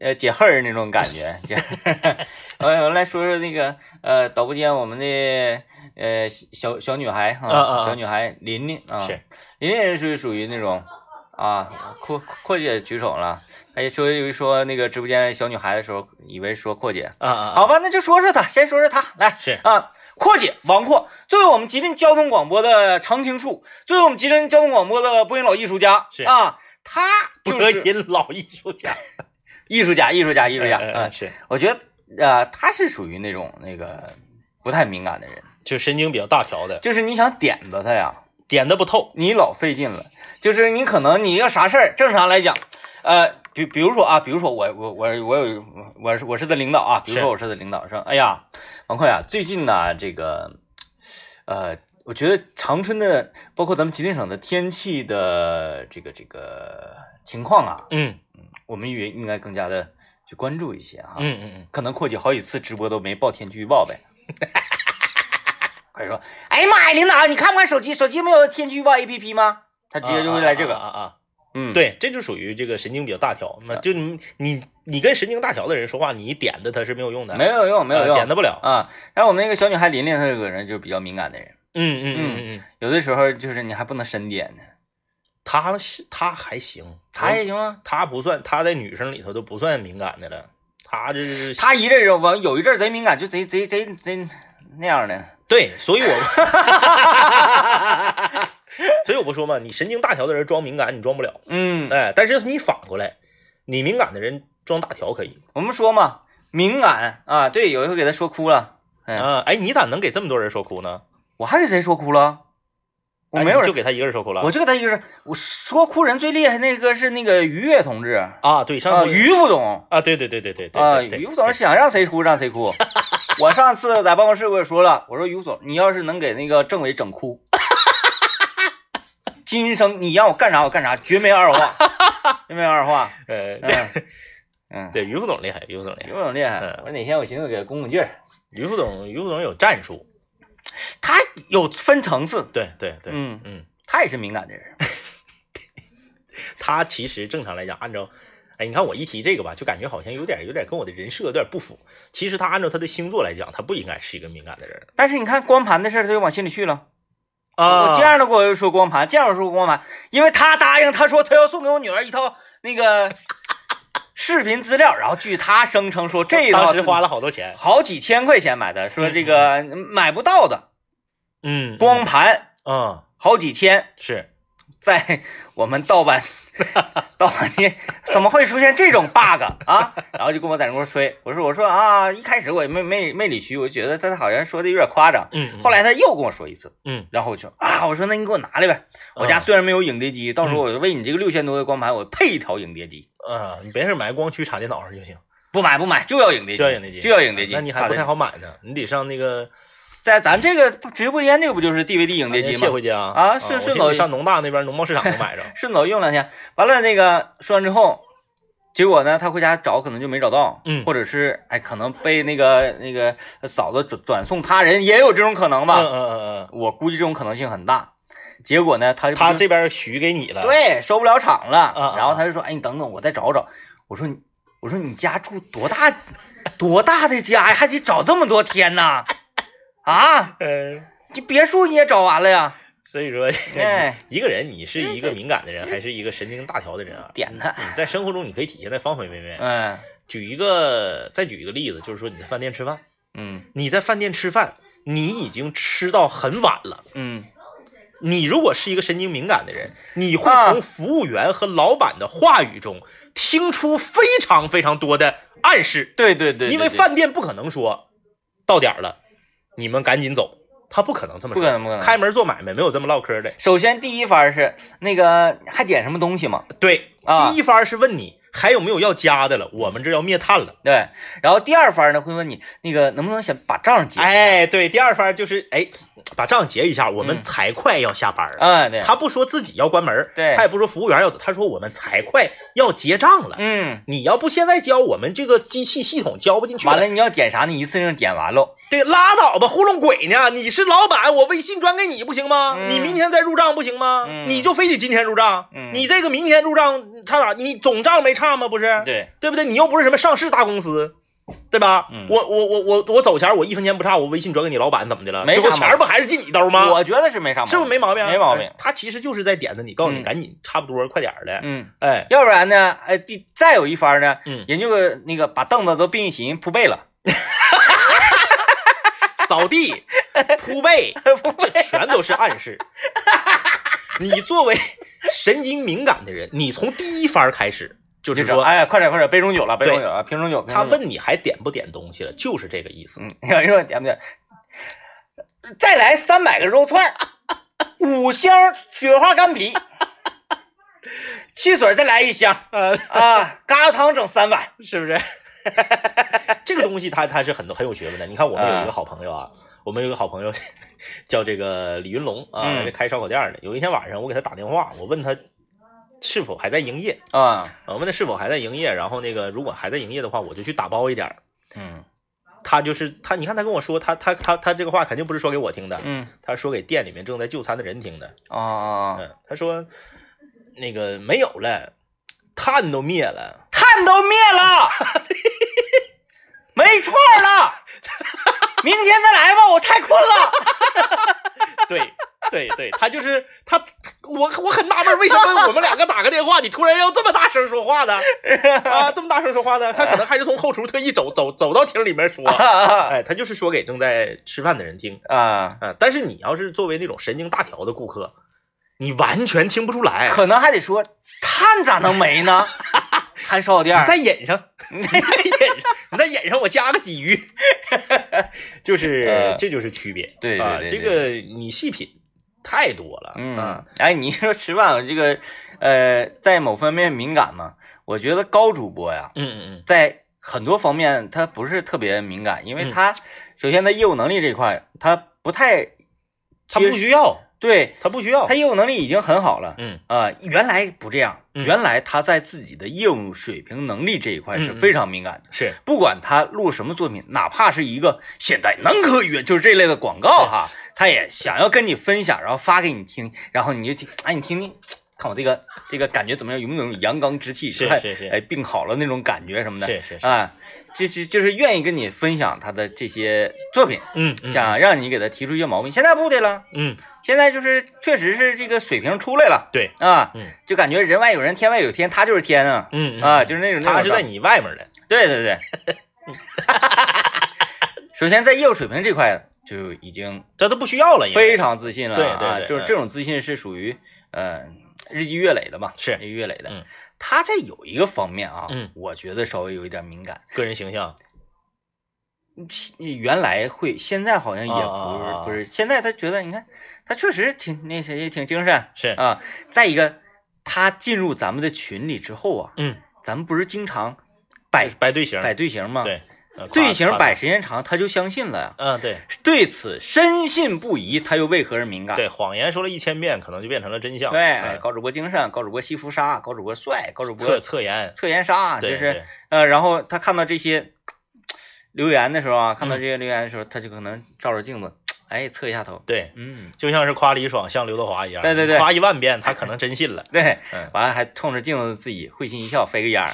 呃解恨儿那种感觉。解恨儿 我我来说说那个呃导播间我们的呃小小女孩啊，啊啊啊小女孩琳琳啊，是琳琳是属于那种啊，阔阔姐举手了，哎，说一说那个直播间小女孩的时候，以为说阔姐，啊啊好吧，那就说说她，先说说她，来是啊，阔姐王阔，作为我们吉林交通广播的常青树，作为我们吉林交通广播的播音老艺术家，是啊，她就播是音老艺 术家，艺术家，艺术家，艺术家，哎哎哎嗯，是我觉得啊，她是属于那种那个不太敏感的人，就神经比较大条的，就是你想点着她呀，点的不透。你老费劲了，就是你可能你要啥事儿，正常来讲，呃，比比如说啊，比如说我我我我有我是我是他领导啊，比如是说我是他领导说，哎呀，王快啊，最近呢、这个，呃，我觉得长春的，包括咱们吉林省的天气的这个这个情况啊，嗯我们也应该更加的去关注一些哈、嗯嗯嗯，可能阔姐好几次直播都没报天气预报呗。 快说，哎呀妈呀，领导，你看不看手机？手机没有天气预报 APP 吗？他直接就会来这个，啊啊啊啊啊。嗯，，对，这就属于这个神经比较大条。那就你你你跟神经大条的人说话，你点的他是没有用的，没有用，没有呃用，点的不了。啊。但是我们那个小女孩琳琳，她这个人就是比较敏感的人，嗯嗯嗯嗯嗯，有的时候就是你还不能深点呢，他是他还行，她他也行啊。他不算，他在女生里头都不算敏感的了。他这是她一阵儿完有一阵儿贼敏感，就贼贼贼贼那样的，对，所以我， 所以我不说嘛，你神经大条的人装敏感你装不了，嗯，哎，但是你反过来，你敏感的人装大条可以我们说嘛，敏感啊，对，有一回给她说哭了，嗯啊。哎，你咋能给这么多人说哭呢？我还给谁说哭了？我哎没有你人就给他一个人说哭了。我就给他一个是，我说哭人最厉害那个是那个于越同志啊，啊，对，上回于副总啊，对对对对对对啊，对对于副总是想让谁哭让谁 哭。我上次在办公室我也说了，我说于副总，你要是能给那个政委整 哭，今生你让我干啥我干啥，绝没二 话，绝没二话。呃，嗯嗯， 对，于副总厉害，于副总厉于害副。总厉害嗯，我说哪天我寻思给他拱拱劲 儿，于副总，于副总有战术。他有分层次，对对对，嗯嗯，他也是敏感的人。他其实正常来讲，按照，哎，你看我一提这个吧，就感觉好像有点有点跟我的人设有点不符。其实他按照他的星座来讲，他不应该是一个敏感的人。但是你看光盘的事儿，他就往心里去了。啊，我这样的给我说光盘，这样我说光盘，因为他答应，他说他要送给我女儿一套那 个视频资料，然后据他声称说这一套当是时花了嗯好多钱，好几千块钱买的，说这个买不到的嗯，光盘嗯好几千，是在我们盗版 盗版界怎么会出现这种 bug 啊？然后就跟我在那块儿吹，我说我说啊，一开始我也没没没理虚，我就觉得他好像说的有点夸张，嗯，后来他又跟我说一次。嗯然后我就啊，我说那你给我拿来呗。我家虽然没有影碟机，到时候嗯我为你这个六千多的光盘，我配一条影碟机。啊，你别是买光驱插电脑上就行，不买不买，就要影碟机，就要影碟机，啊就要影碟机。那你还不太好买呢，你得上那个在咱这个直播间，这个不就是 DVD 影碟机卸吗？回家啊是是我寻老思上农大那边农贸市场能买 着顺走用两天，完了那个说完之后，结果呢，他回家找可能就没找到，嗯或者是哎，可能被那个那个嫂子转转送他人，也有这种可能嗯吧。嗯嗯嗯，我估计这种可能性很大。结果呢，他就他这边许给你了，，对，收不了场了。啊然后他就说：“哎，你等等，我再找找。”我说：“你，我说你家住多大，多大的家呀？还得找这么多天呢？啊，嗯，你别墅你也找完了呀？所以说，哎， 一个人你是一个敏感的人，还是一个神经大条的人啊？点他你在生活中你可以体现在方方面面。嗯举一个，再举一个例子，就是说你在饭店吃饭，嗯你在饭店吃饭，你已经吃到很晚了。嗯，你如果是一个神经敏感的人，你会啊从服务员和老板的话语中听出非常非常多的暗示，对对对，因为对饭店不可能说到点儿了，你们赶紧走，他不可能这么不可说。能不可能。开门做买卖没有这么唠嗑的，首先第一番是那个还点什么东西吗？对，啊第一番是问你还有没有要加的了，我们这要灭碳了。对，然后第二番呢会问你那个能不能先把账结？，哎，对，第二番就是哎，把账结一下，我们嗯才快要下班了。嗯对，他不说自己要关门，对他也不说服务员要走，他说我们才快要结账了。嗯，你要不现在交，我们这个机器系统交不进去完了你要点啥呢？一次性点完喽。对，拉倒吧，糊弄鬼呢！你是老板，我微信转给你不行吗？嗯你明天再入账不行吗？嗯你就非得今天入账？嗯你这个明天入账差咋？你总账没差吗？不是？对，对不对？你又不是什么上市大公司，对吧？嗯我我我我我走前儿我一分钱不差，我微信转给你老板怎么的了？没最后啥钱嘛儿不还是进你兜吗？我觉得是没啥毛病，是不是没毛病？没毛病哎他其实就是在点子你，告诉你嗯赶紧差不多快点儿的。嗯。哎，要不然呢，哎，第再有一番呢，嗯人就那个把凳子都并一起铺背了，扫地、铺被，这全都是暗示。你作为神经敏感的人，你从第一番儿开始就就是知道说，哎，快点快点，杯中酒了，杯中酒了，瓶中酒。他瓶中问你还点不点东西了，就是这个意思。酒，嗯，有人说点不点？再来三百个肉串儿，五箱雪花干啤，汽水再来一箱呃，啊，疙瘩汤整三碗。是不是？ 这个东西它它是很多很有学问的。你看我们有一个好朋友啊，我们有一个好朋友叫这个李云龙啊，嗯这开烧烤店的。有一天晚上我给他打电话，我问他是否还在营业，啊，我问他是否还在营业，然后那个如果还在营业的话，我就去打包一点儿。嗯他就是他，你看他跟我说，他他他他这个话肯定不是说给我听的，嗯他说给店里面正在就餐的人听的。啊，嗯，他说那个没有了，炭都灭了。炭都灭 了，没串儿了，明天再来吧，我太困了。 对对对，他就是他，他我我很纳闷，为什么我们两个打个电话，你突然要这么大声说话呢？啊，这么大声说话呢？他可能还是从后厨特意走走走到厅里 面说，啊哎，他就是说给正在吃饭的人听啊，啊。但是你要是作为那种神经大条的顾客，你完全听不出来，可能还得说碳咋能没 呢？炭烧烤店你儿，再忍上，你再忍上，你再忍上，我加个鲫鱼， 就是、呃这就是区别，对对啊，对这对个你细品太多了，嗯啊，，哎，你说吃饭这个，呃，在某方面敏感吗？我觉得高主播呀，嗯嗯嗯，在很多方面他不是特别敏感，因为他首先他业务能力这一块，他不太他接不需要。对，他不需要他，业务能力已经很好了。哦嗯啊、原来不这样，嗯原来他在自己的业务水平能力这一块是嗯嗯非常敏感的。是不管他录什么作品，哪怕是一个现代男科学就是这类的广告哈，他也想要跟你分享，然后发给你听，然后你就听，哎，你听听，看我这个这个感觉怎么样？有没有那种阳刚之气？是哎是是哎，病好了那种感觉什么的，是是是，啊，就是就是愿意跟你分享他的这些作品，嗯嗯想让你给他提出一些毛病。现在不的了，嗯现在就是确实是这个水平出来了对，啊，嗯就感觉人外有人，天外有天，他就是天啊，嗯啊，就是那种他是在你你外面的，对对对， 首先在业务水平这块就已经这都不需要了，因为非常自信了，对对啊，对嗯就是这种自信是属于呃日积月累的嘛，是日积月累的。嗯他在有一个方面啊，嗯我觉得稍微有一点敏感，个人形象，原来会，现在好像也不是、啊啊啊啊不是，现在他觉得你看他确实挺那谁也挺精神是啊。再一个，他进入咱们的群里之后啊，嗯，咱们不是经常摆摆队形，摆队形吗？。对，呃队形，夸夸摆他时间长，他就相信了呀。嗯，对对此深信不疑，他又为何而敏感？对，谎言说了一千遍，可能就变成了真相，对，哎嗯高主播精神，高主播西服纱，高主播帅，高主播侧侧颜，侧颜纱，就对是对呃，然后他看到这些留言的时候啊，看到嗯这些留言的时候，他就可能照着镜子，哎，侧一下头，对，嗯，就像是夸李爽像刘德华一样，对对对夸一万遍他可能真信 了，对，嗯，完了还冲着镜子自己会心一笑，飞个 烟儿，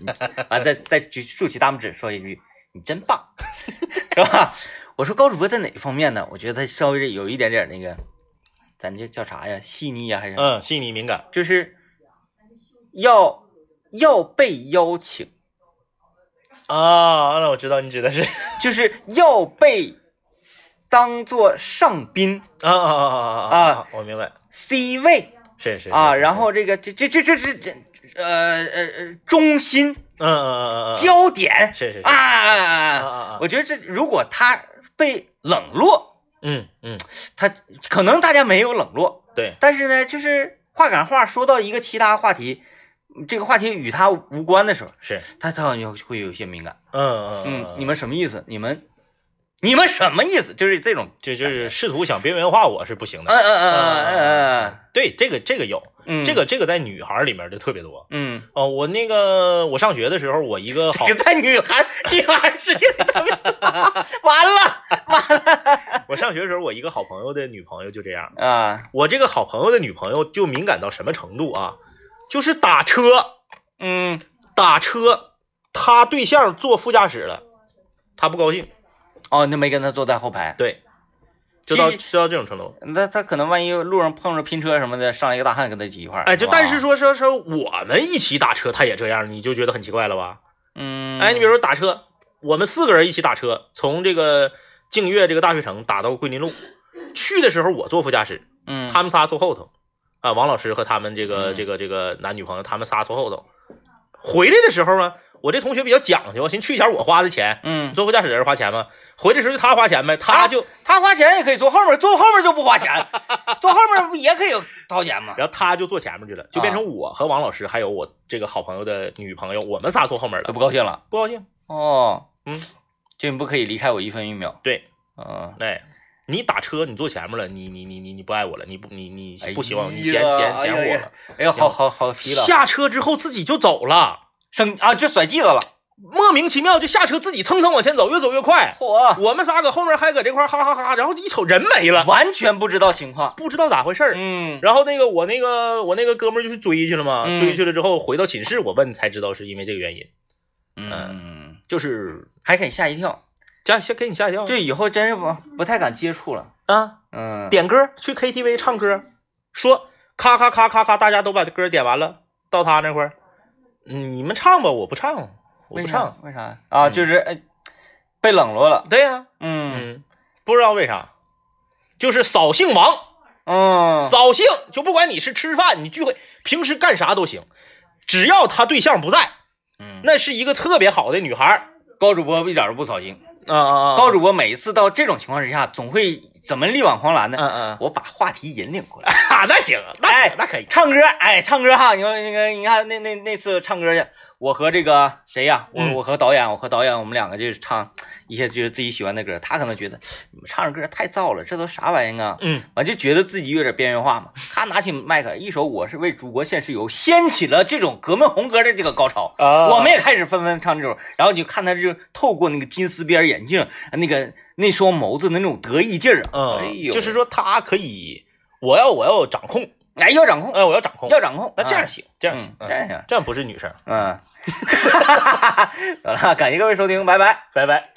完了再再举竖起大拇指说一句“你真棒”， 是吧？我说高主播在哪方面呢？我觉得他稍微有一点点那个，咱这叫啥呀？细腻啊呀，还是、嗯，细腻敏感，就是要要被邀请，啊，那我知道你指的是， 就是要被当做上宾啊啊啊啊啊啊，我明白， C 位是是是啊，是然是后这个这这这这这这呃呃呃中心嗯嗯嗯嗯嗯，焦点是是是啊啊啊啊啊啊！啊，我觉得这如果他被冷落，嗯嗯，他可能大家没有冷落，对，但是呢，就是话赶话说到一个其他话题，这个话题与他无关的时候，是，他他好像会有一些敏感。嗯嗯嗯，你们什么意思？你们你们什么意思？就是这种，这就是试图想边缘化我是不行嗯的，嗯嗯嗯对，这个这个有，嗯，这个这个在女孩里面就特别多。嗯，哦，我那个我上学的时候，我一个好这个，在女孩女孩世界里特别完了我上学的时候，我一个好朋友的女朋友就这样。啊，我这个好朋友的女朋友就敏感到什么程度啊？就是打车，嗯打车，她对象坐副驾驶了，她不高兴，哦，那没跟他坐在后排，对，就到其实就到这种程度。那他可能万一路上碰着拼车什么的，上来一个大汉跟他挤一块儿。哎，就吧但是，说说说我们一起打车，她也这样，你就觉得很奇怪了吧？嗯，哎，你比如说打车，我们四个人一起打车，从这个净月这个大学城打到桂林路，去的时候我坐副驾驶，嗯，他们仨坐后头，啊，王老师和他们这个嗯这个这个男女朋友，他们仨坐后头。回来的时候呢，我这同学比较讲究，寻思去前我花的钱，嗯，啊坐副驾驶的人花钱吗？回来的时候就他花钱呗，他就，他花钱也可以坐后面，坐后面就不花钱，坐后面不也可以掏钱吗？然后他就坐前面去了，就啊变成我和王老师还有我这个好朋友的女朋友，我们仨坐后面他了，不高兴了， 不高兴。哦，嗯，就你不可以离开我一分一秒，对，嗯，哎，你打车你坐前面了，你你你你你不爱我了，你不你你哎不喜欢我，你呀嫌嫌哎呀嫌我呀了。哎呀，好好好皮了，下车之后自己就走了，生啊就甩剂子了，莫名其妙就下车自己蹭蹭往前走，越走越快。嚯，我们仨搁后面还搁这块儿哈哈哈然后一瞅人没了，完全不知道情况，不知道咋回事儿。嗯然后那个我那个我那个哥们儿就去追去了嘛，嗯追去了之后回到寝室，我问才知道是因为这个原因，嗯，就是还给你吓一跳，吓吓给你吓一跳。对，以后真是不不太敢接触了，啊，嗯，点歌儿去 KTV 唱歌儿，说咔咔咔咔咔，大家都把歌儿点完了，到他那块儿，嗯你们唱吧，我不唱，我为不啥唱。，为啥啊？嗯就是哎被冷落了，对呀、嗯嗯，不知道为啥，就是扫兴王。嗯，扫兴，就不管你是吃饭、你聚会、平时干啥都行，只要他对象不在，嗯那是一个特别好的女孩儿。高主播一点都不扫兴。啊啊高主播每一次到这种情况之下，总会怎么力挽狂澜呢？嗯嗯，我把话题引领过来，啊， 那行，那哎行那可以，唱歌，哎，唱歌哈，你说那个，你看那那那次唱歌去，我和这个谁呀、我嗯我和导演，我和导演，我们两个就是唱一些就是自己喜欢的歌，他可能觉得你们唱着歌太燥了，这都啥玩意儿啊？嗯，完就觉得自己有点边缘化嘛。他拿起麦克，一首《我是为祖国献石油》，掀起了这种革命红歌的这个高潮。啊我们也开始纷纷唱这首，然后你就看他就透过那个金丝边眼镜，那个那双眸子的那种得意劲儿啊，哎嗯，呦，就是说他可以，我要我要掌控，哎要掌控，哎，我要掌控，要掌控，那这样啊行，这样嗯行，这样嗯行， 这样不是女生，嗯，好了，感谢各位收听，拜拜。拜拜。